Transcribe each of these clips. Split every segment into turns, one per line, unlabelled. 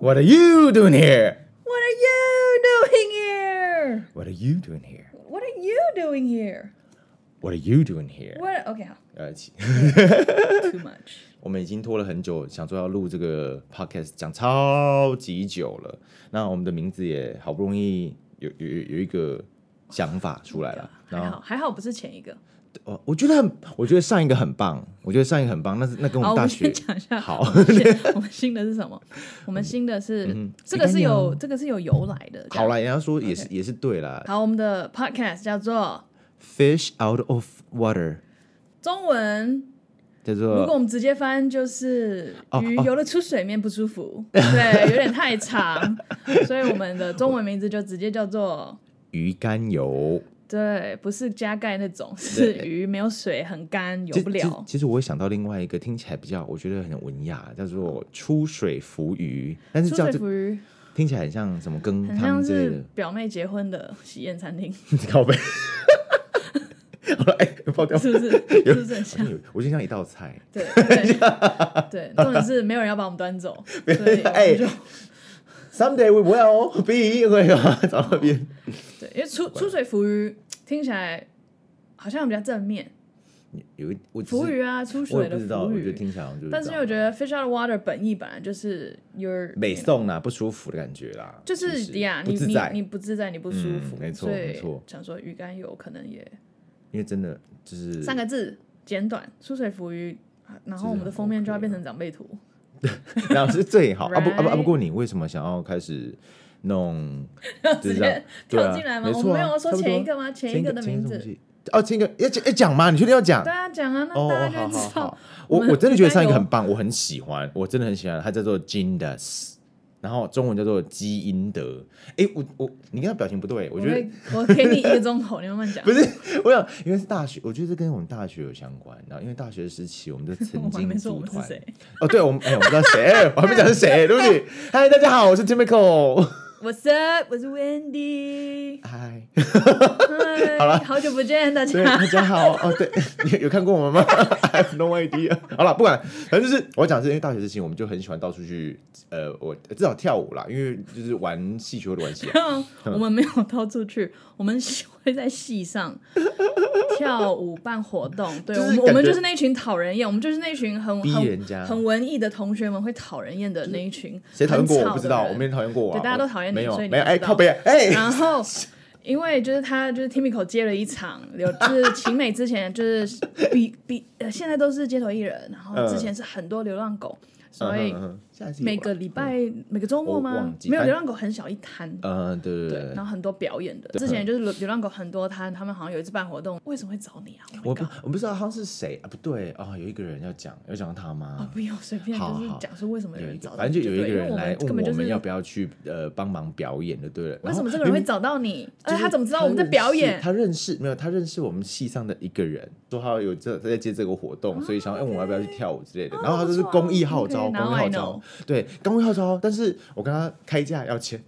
What are you doing here?
What are you doing here?
What are you doing here?
What are you doing here?
What are you doing here？
What? OK，好
呃，其
，too much。
我们已经拖了很久，想说要录这个 podcast，讲超级久了。那我们的名字也好不容易有有有有一个想法出来了。
啊还
然
好，
后，
还好不是前一个。
我我觉得很，我觉得上一个很棒，我觉得上一个很棒。那是那跟我们
好，哦我
大
们
学
先讲一下。
好
我们先 我们新的是什么？我们新的是
嗯
这个是
你看你
有
啊
这个是有由来的。这样
好。啦，人家说也是
OK
也是对啦。
好，我们的 podcast 叫做
Fish out of water
中文，
叫
如果
做
我们直接翻就是
呃哦
鱼
哦
游得出水面不 舒服，对，有点太长，所以我们的中文名字就直接叫做。
鱼肝油。
对，不是加盖那种，是
对
鱼没有水，很干，游
其
不
其
了。
其实我会想到另外一个听起来比较，我觉得很文雅，叫做出水浮鱼，但是
出
这样子
水浮鱼
听起来很像什么羹
很
汤
像
之类
是
的
表妹结婚的喜宴 餐厅，，
靠背。好了，哎、爆 掉！
是不是？是不是很像？
有我就像一道菜，
对对 对，重点是没有人要把我们端走，所以我
哎
们就
Someday we will be 会啊， 找那边。
对，因为出出水浮鱼听起来好像比较正面，
有一我只是
浮鱼啊，出
我
水
也不
的
知道，我
浮
觉得
鱼。
听起来好像就是这样。
但是因为我觉得 fish out of water 本意本来就是 your
北宋啊啦，不舒服的感觉啦，
就是
其实
呀，
不
你
自
你
在，
你不自在，你不舒服，
嗯没错
所以
没错
想说鱼肝油可能也
因为真的就是
三个字简短，出水浮鱼，啊然后我们的封面就要
啊
变成长辈 图。
那样是最好啊不啊不啊！
Right
不过你为什么想要开始弄？就
直
这样
接
对
跳
啊
进来吗？
没错
我们没
啊
有说
差不
前
多
一个吗？前
前
一个的名
前一个什么
字，
戏哦，前一个要讲要讲吗？你确定要讲
大？家讲啊，那
哦，
大家
好
就会
好
知道
好。，我
我们
我真的觉得上一个
加油
很棒，我很喜欢，我真的很喜欢，它叫做 Genius，然后中文叫做基因德。哎，我我你看他表情不对，我觉得
会我给你一个钟头，你慢慢讲。
不是，我想因为是大学，我觉得这跟我们大学有相关。然后因为大学时期，我们就曾
我还
经
没说我
组
们
团
是谁，
哦，对，我们哎，我们知道谁， 哎我还没讲是谁，对不起。嗨，大家好，我是 Timico，
What's up？我是 Wendy。
嗨。
嗨，好久不见大
对，
家。
大家好哦，对， 有有看过我们吗？I have no idea。好了，不管，反正就是我讲是因为大学事情，我们就很喜欢到处去，呃，我至少跳舞啦，因为就是玩戏曲或者玩 戏啊，
我们没有到处去， 我们会在 戏上跳舞办活动。对，
就是
我们
感
我们
觉
就是那一群讨人厌，我们就是那一群很
逼
很
人家
很文艺的同学们会讨人厌的那一群。
谁讨厌过
很
我
吵
不知
的
道，
人
我没人讨厌过我啊，
对大家都讨厌你
没有
所以你
没有，
不知
哎，
道嗯
靠北，哎，
然后因为就是他就是 Timiko 接了一场，有就是 晴美之前就是比比呃现在都是街头艺人，然后
嗯
之前是很多流浪狗，所
嗯
以
哼嗯哼下一次有
每
吧
个礼拜、每个周末
我
吗
忘？记
没有
反
流浪狗很小一摊。
嗯，对对
对，然后很多表演的，之前就是流流浪狗很多摊，他们好像有一次办活动，为什么会找你啊？
我
Oh my
不
god
我不知道他是谁啊，不对哦，有一个人要讲，要讲到他
啊
吗？
不用随便，
好
就是
好
讲说为什么有
有一
人
个
找到你，
反正就有一
对
个
因为
人来
我们根
问
本
我
就是
们要不要去呃帮忙表演就对了。
为
然
什
后
么这个
明
人会
明
找到 你？
就
而
是
且啊他怎么知道我们在
认识
表演？
他认识没有？他认识我们系上的一个人，说他有这他在接这个活动，所以想问我要不要去跳舞之类的。然后他就是
啊不错啊
公益号召，
OK，
公
now
益
I
号
know
召，对，公益号召。但是我跟他开价要钱，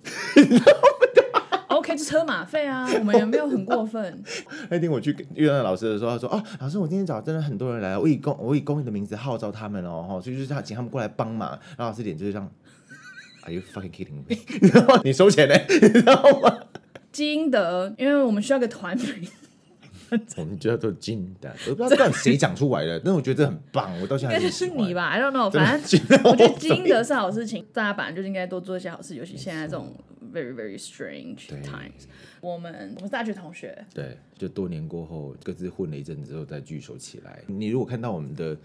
OK，就车马费啊，我们也没有很 过分。
那天我去遇到那老师的时候，他说：“哦，老师，我今天早上真的很多人来，我以公我以公益的名字号召他们哦，哈，所以就是他请他们过来帮忙。”然后老师脸就是这样。Are you fucking kidding me？你 知道吗？你收 钱呢？你知道吗？
基因德，因为我们需要个团名，
我们叫做金蛋，我不知道这样谁讲出来的，但我觉得这很棒，我到现
应
在
该
还很
是
喜欢
你吧 ？I don't know，
真的
反正
金蛋
我觉得
我
基因德是好事情， 大家本来就应该多做一些好事，尤其现在这种 very very strange
对
times。我们我们是大学同学，
对，就多年过后各自混了一阵子之后再聚首起来。你如果看到我们的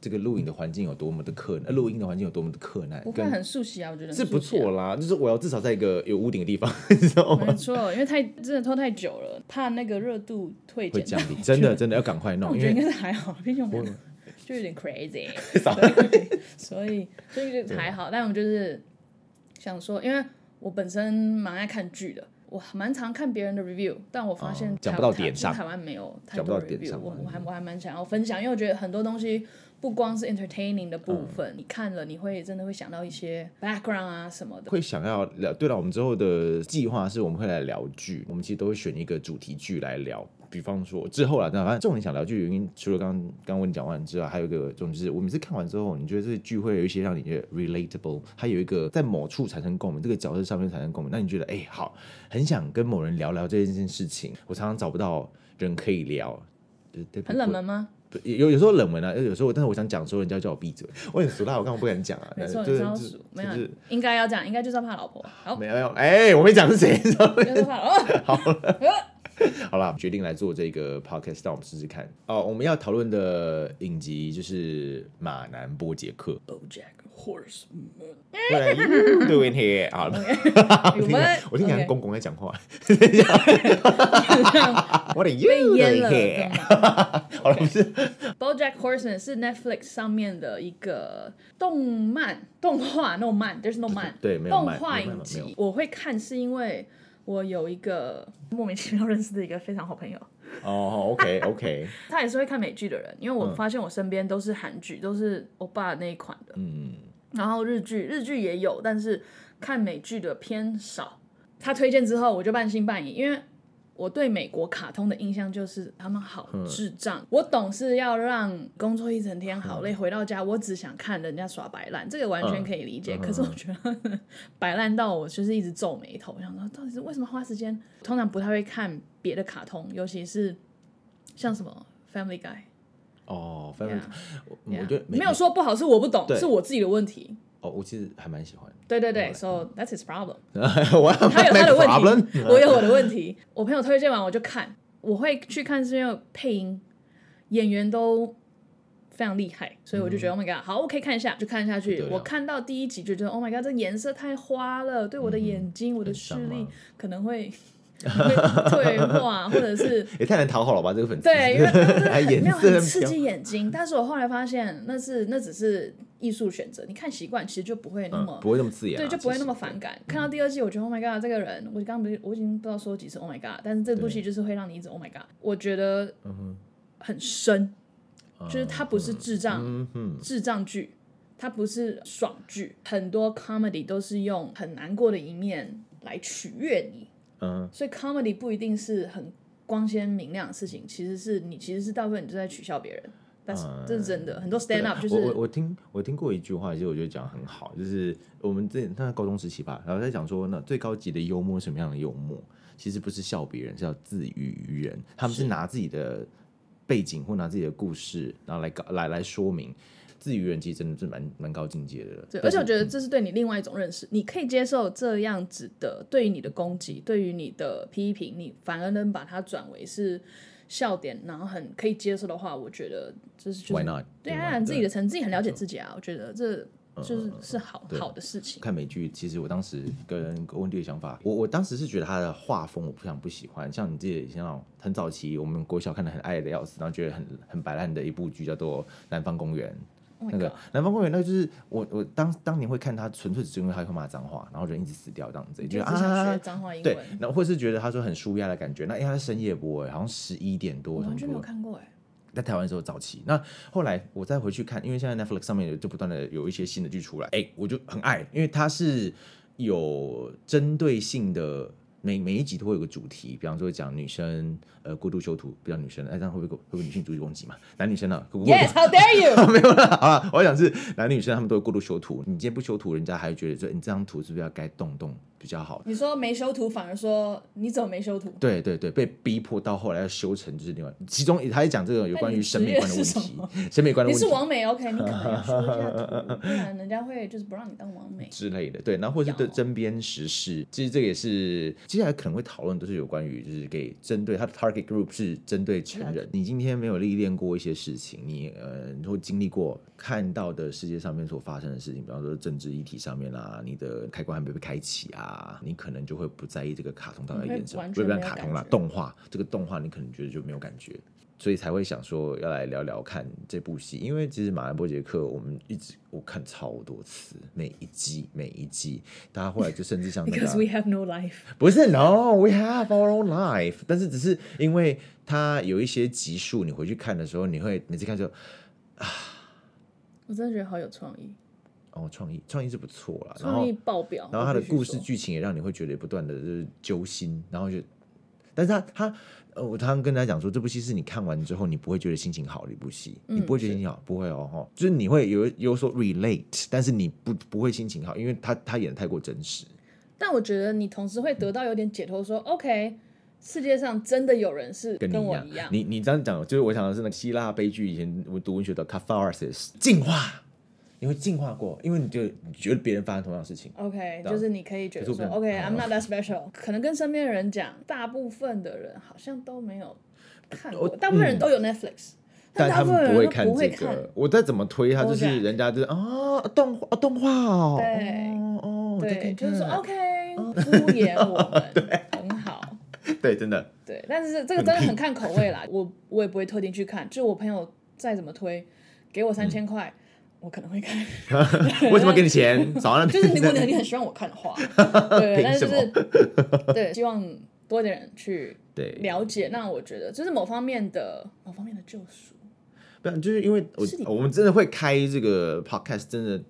这个录影的环境有多么的困，呃，录音的环境有多么的困难
不，会
跟
很熟悉啊，我觉得很
是不
熟悉啊
错。啦。就是我要至少在一个有屋顶的地方， 你知道吗
没？错，因为太真的拖太久了，怕那个热度退
会
减。
降低，真的真的要赶快
但
弄，
我
因
觉得应
为
该是还好，毕竟我们两个 就有点 crazy，
少
对所以所以就还好。但我们就是想说，因为我本身蛮爱看剧的，我蛮常看别人的 review，但我发现
哦
台
讲不到点
台
上
台湾没有太
讲不
多
到点
review，
上
我
嗯
我还我还蛮想要分享，因为我觉得很多东西不光是 entertaining 的部分，你看了你会真的会想到一些 background 啊什么的。
会想要聊。对了，我们之后的计划是我们会来聊剧，我们其实都会选一个主题剧来聊。比方说之后啦，那反正重点想聊剧的原因，除了刚刚刚我你讲完之外，还有一个重点就是，我每次看完之后，你觉得这个剧会有一些让你觉得 relatable，还有一个在某处产生共鸣，这个角色上面产生共鸣，那你觉得哎、好，很想跟某人聊聊这件事情，我常常找不到人可以聊。对对
很冷门吗？
不有有时候冷门啊，有时候但是我想讲的时候，人家叫我闭嘴，我很俗辣，我刚刚不敢讲啊，
没错，
就
你
是
超
就是
熟，没有啊
就是，
应该要这样，应该就是要怕老婆。好，
没有没有，哎、我没讲是谁，
就是怕 老婆。
好啦，决定来做这个 podcast，让我们试试看。哦，我们要讨论的影集就是《马南波杰克
BoJack Horseman，》
，What are you doing here？好了，
我
啊我听起来
们
我听起来像
OK
公公在讲话。
这样
What are you
被淹
doing
了。
here？
真的
好了，不是
BoJack Horseman 是 Netflix 上面的一个动漫动画，no 漫，there's no 漫，
对没有
动
漫
画
没有漫
影
没有
集。我会看是因为我有一个莫名其妙认识的一个非常好朋友，
哦，OK OK，
他也是会看美剧的人，因为
嗯
我发现我身边都是韩剧，都是欧巴那一款的，
嗯，
然后日剧日剧也有，但是看美剧的偏少。他推荐之后，我就半信半疑，因为我对美国卡通的印象就是他们好
嗯
智障。我懂是要让工作一整天好累，回到家我只想看人家耍白烂，这个完全可以理解。
嗯嗯
可是我觉得 摆烂到我就是一直皱眉头，我想说到底是为什么花时间？通常不太会看别的卡通，尤其是像什么 Family Guy，
哦，反正
Yeah
我
对啊
我觉得
没有说不好，是我不懂，
对
是我自己的问题。
哦，我其实还蛮喜欢的。
对对对，so that's his problem。
我还
他有他的
my
问
problem
题，我有我的问题。我朋友推荐完我就看，我会去看是因为配音演员都非常厉害，所以我就觉得、Oh
嗯
my god，好，我可以看一下，就看下
不
去
得。了
我看到第一集就觉得 Oh my god，这颜色太花了，对我的眼睛、我的视
嗯很伤啊
力
吗
可 能会会退化，或者是。
也太难讨好了吧？这个粉丝
对，因为它真的
还
很
颜
没有
色
很
很
刺
飘
激眼睛，但是我后来发现那是那只是艺术选择，你看习惯其实就不会那
嗯
么
不会那么刺眼啊，
对，就不会那么
其实嗯
反感。看到第二季，我觉得 Oh my God，这个人，我刚刚不是我已经不知道说几次 Oh my God，但是这部戏就是会让你一直 Oh my God，我觉得很深，就是它不是智障、
嗯啊嗯哼，
智障剧，它不是爽剧，很多 comedy 都是用很难过的一面来取悦你，
嗯，
所以 comedy 不一定是很光鲜明亮的事情，其实是你其实是大部分你就在取笑别人，但是这是真的，很多 stand up 就
啊对
是
我我我听我听过一句话，其实我觉得讲得很好，就是我们之前他在高中时期吧，然后在讲说，那最高级的幽默是什么样的幽默？其实不是笑别人，是要自娱于人。他们是拿自己的背景或拿自己的故事，然后来搞来来说明。自娱于人其实真的是蛮蛮高境界的，
对，
但是
而且我觉得这是对你另外一种认识，你可以接受这样子的对于你的攻击，对于你的批评，你反而能把它转为是笑点，然后很可以接受的话，我觉得这是就
Why
是
not？
对
吧
啊，你自己的成绩很了解自己啊，我觉得这
嗯
就是是好
对
好的事情。
看美剧，其实我当时跟温蒂的想法，我我当时是觉得他的画风我非常不喜欢，像你记得像很早期我们国小看的很爱的要死，然后觉得很很白烂的一部剧叫做《南方公园》。
Oh my
那个
God
南方公园，那个就是我我当当年会看他，纯粹只是因为他会骂脏话，然后人一直死掉这样子，觉
就
得
只想
啊
学，脏话英
对
文，，
然后或是觉得他说很舒压的感觉。那因为他是深夜播，哎好像十一点多
我
什么
完全
播
没有，看过哎，
在台湾的时候早期，那后来我再回去看，因为现在 Netflix 上面有就不断的有一些新的剧出来，哎、我就很爱，因为它是有针对性的，每每一集都会有个主题，比方说讲女生呃过度修图，比较女生，哎、这样会不会会不会女性主义攻击嘛？男女生呢、啊？ 会不会
Yes，how dare you！
好了， 我想是男女生他们都会过度修图，你今天不修图，人家还会觉得说你这张图是不是要该动动比较好？
你说没修图，反而说你怎么没修图？
对对对，被逼迫到后来要修成就是另外，其中他也讲这个有关于审美观的问
那你职
题
业是，
审美观的
你
问题
是。王美 OK，你可能要修一下 图，不然人家会就是不让你当王美。
之类的，对，然后或是对
有
针砭时事，其实这个也是接下来可能会讨论，都是有关于就是给针对他的 target group 是针对成人。你今天没有历练过一些事情，你呃你会经历过看到的世界上面所发生的事情，比方说政治议题上面啦，你的开关还没被开启啊，你可能就会不在意这个卡通到底
你会
演什么，
完
不是
全
不是
没有
卡通啦
感，觉
动画这个动画你可能觉得就没有感觉。所以才会想说要来聊聊看这部戏，因为其实《马来波杰克》我们一直我看超多次，每一季每一季，大家后来就甚至像那个啊、
Because we have no life。
不是 No，we have our own life，但是只是因为它有一些集数，你回去看的时候，你会每次看就啊，
我真的觉得好有创意，
哦，创意创意是不错啦，然后
创意爆表。
然后他
我
的
必须
故事
哦说
剧情也让你会觉得不断的就是揪心，然后就，但是他他呃，我常常跟大家讲说，这部戏是你看完之后你不会觉得心情好的一部戏，
嗯
你不会觉得心情好，不会哦，哈，就是你会有有所 relate，但是你不不会心情好，因为他他演的太过真实，
但我觉得你同时会得到有点解脱说，OK，世界上真的有人是
跟
跟我
一
一样，
你你这样讲，就是我想的是那个希腊悲剧，以前我读文学的 catharsis 进化，你会进化过，因为你就你觉得别人发生同样的事情，
OK，
这样
就是你可以觉
可
得
是
说
我不想
，OK，I'm、not that special。可能跟身边的人讲，大部分的人好像都没有看过，
我嗯
大部分人都有 Netflix，、
但
大
他
部
们
分人
不会
都
看
不
这
会看
个。我再怎么推他，就
我
是
讲
人家就是啊，动画哦动画哦，
对
哦哦，再看
对，
哦
就是说
看
OK，敷衍我 们，很好。
对，真 的，
对，但是这个真的很看口味啦，我我也不会特定去看，就我朋友再怎么推，给我三千
嗯
块。我可能会看，
为什么给你钱？少让
就是如果你你很希望我看的话，对，但是
凭什
就是 对，希望多一点人去
对，
了解，那我觉得这是某方面的某方面的救赎。
不然就是因为我
是你
我们真的会开这个 podcast，真的。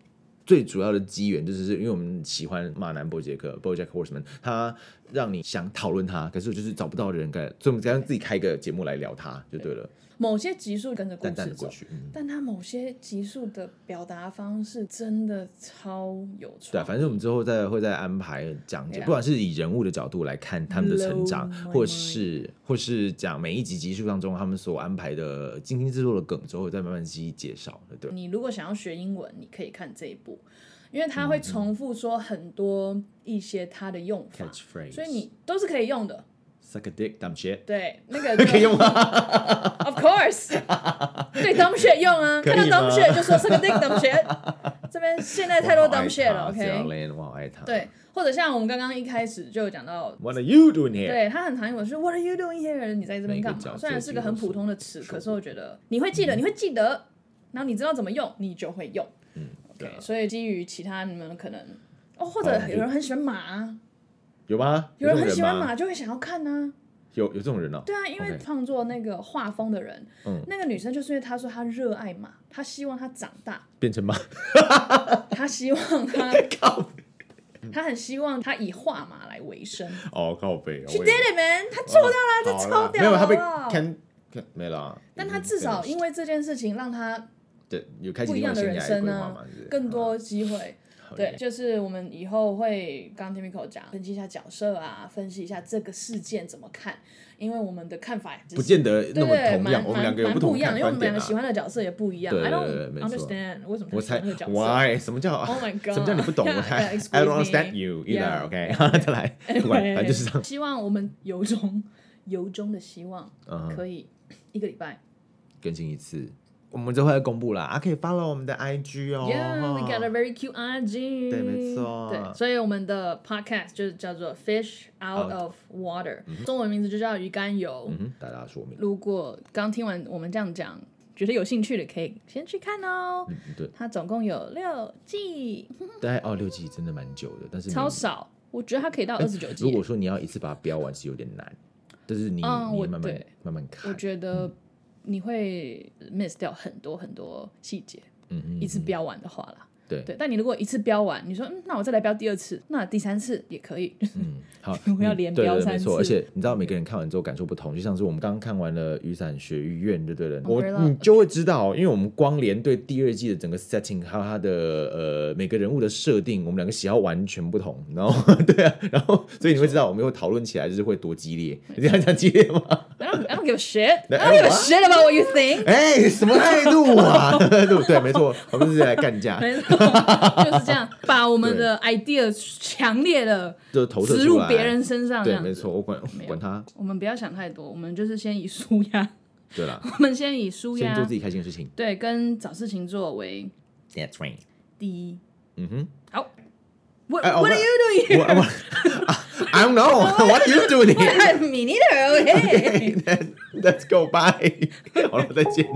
最主要的机缘就是因为我们喜欢马南波杰克 （BoJack Horseman），他让你想讨论他，可是我就是找不到人该，所以我们干脆自己开个节目来聊他就对了，
某些集数跟着故
淡淡
事
的过
走，
去。嗯，
但他某些集数的表达方式真的超有创意。
对啊，反正我们之后再会再安排讲解，
对啊
不管是以人物的角度来看他们的成长
Blow my，mind
或是或是讲每一集集数当中他们所安排的精心制作的梗之后，再慢慢一一介绍，对不对？
你如果想要学英文，你可以看这一部，因为
嗯
它会重复说很多一些它的用法，
Catchphrase，
所以你都是可以用的。
suck a dick dumb shit，
对，那个可以用吗 ？Of course，对 dumb shit 用啊，
可以
看到 dumb
吗
shit 就说这个 dick dumb shit。这边现在太多
我好爱
dumb shit 了
他
，OK？
教练，我好爱他。
对，或者像我们刚刚一开始就有讲到，
，What are you doing here？
对他很常用的是 What are you doing here？你在这边干
每个角
嘛？
色
虽然是个很普通的词，可是我觉得你会记得，你会记得，然后你知道怎么用，你就会用。
嗯，对
OK，
啊，
所以基于其他你们可能哦，或者
哦
有人很喜欢马，
有吗？
有人很喜欢
吗？
马就会想要看呢。
有有这种人哦。
对啊，因为
OK
创作那个画风的人
嗯，
那个女生就是因为她说她热爱马，她希望它长大，
变 成马，
她希望它，
靠，
她很希望它以画马来为生。
哦靠背。
She
我以
did
为
it, man！她做到了，这
好啦
超屌，
没有他被
好不好
can can- 没了啊。
但他至少因为这件事情，让他
对有开启
不一样的
另外
人
生涯
生
规
啊
划嘛是不是
更多机会。
好
对，就是我们以后会刚 Timiko 讲，分析一下角色啊，分析一下这个事件怎么看，因为我们的看法
不见得
对
那么
对，
同
蛮
样，我们两
蛮
个有
蛮
同
一样
的
的，因
观
为我们
点
两
啊
个。喜欢的角色也不一样。
对对
I
对
don't
没错
understand 为什么他
我
喜
才
欢那个角色。
why 什么叫
Oh my god
什么叫你不懂？我 才
Yeah, excuse
I don't understand
me.
you either.
Yeah.
OK，再 来，不管
Anyway，
反正就是这样。
希望我们由衷由衷的希望
嗯哼
可以一个礼拜。
更新一次，我们就会公布啦。啊，可以 follow 我们的 IG 哦。
Yeah, we got
哈
a very cute IG。
对没错
对，所以我们的 podcast 就是叫做 Fish Out
Out 嗯
of Water，、中文名字就叫鱼肝油。
嗯哼，大家说明。
如果刚听完我们这样讲，觉得有兴趣的，可以先去看哦。
嗯，对
它总共有六季，
大概哦，六季真的蛮久的，但是你哎
超少，我觉得它可以到二十九
如
季
果
耶。
说你要一次把它标完是有点难，但是你、
嗯
你
我
慢慢
对
慢慢
我
看，
觉得你会 miss 掉很多很多细节，
嗯嗯，
一次标完的话啦。
对
对，但你如果一次标完，你说嗯，那我再来标第二次，那第三次也 可以。
嗯，好，
我要
嗯
连
对
标
对
三
没错，
次
而且你知道每个人看完之后感受不同，就像是我们刚刚看完了《雨伞学院》，就对了，我
Umbrella
你就会知道，因为我们光连对第二季的整个 setting，还有它的呃每个人物的设定，我们两个喜好完全不同，然后 对啊，然后所以你会知道我们会讨论起来就是会多激 烈，你这样讲激烈吗？
I don't, I don't give a shit. I
No,
don't give a
哎 what?
shit about what you think.
哎、什么态度啊？对不 对？没错，我们是来干 架，
没错，就是这样，把我们的 idea 强烈的
就是投射
植
出
入
来，
别人身上，这
对，
样
没错，我管
没有
管他，
我们不要想太多，我们就是先以舒压，
对啦，
我们先以舒
先做
压
自，己开心的事情
对，跟找事情做为
，That's right，
第一。
嗯哼。
好，What
哎哦
What are you doing?
What- what- I don't know. What are you doing here?
Me neither. Okay.
Let's go. Bye. 好了，再见。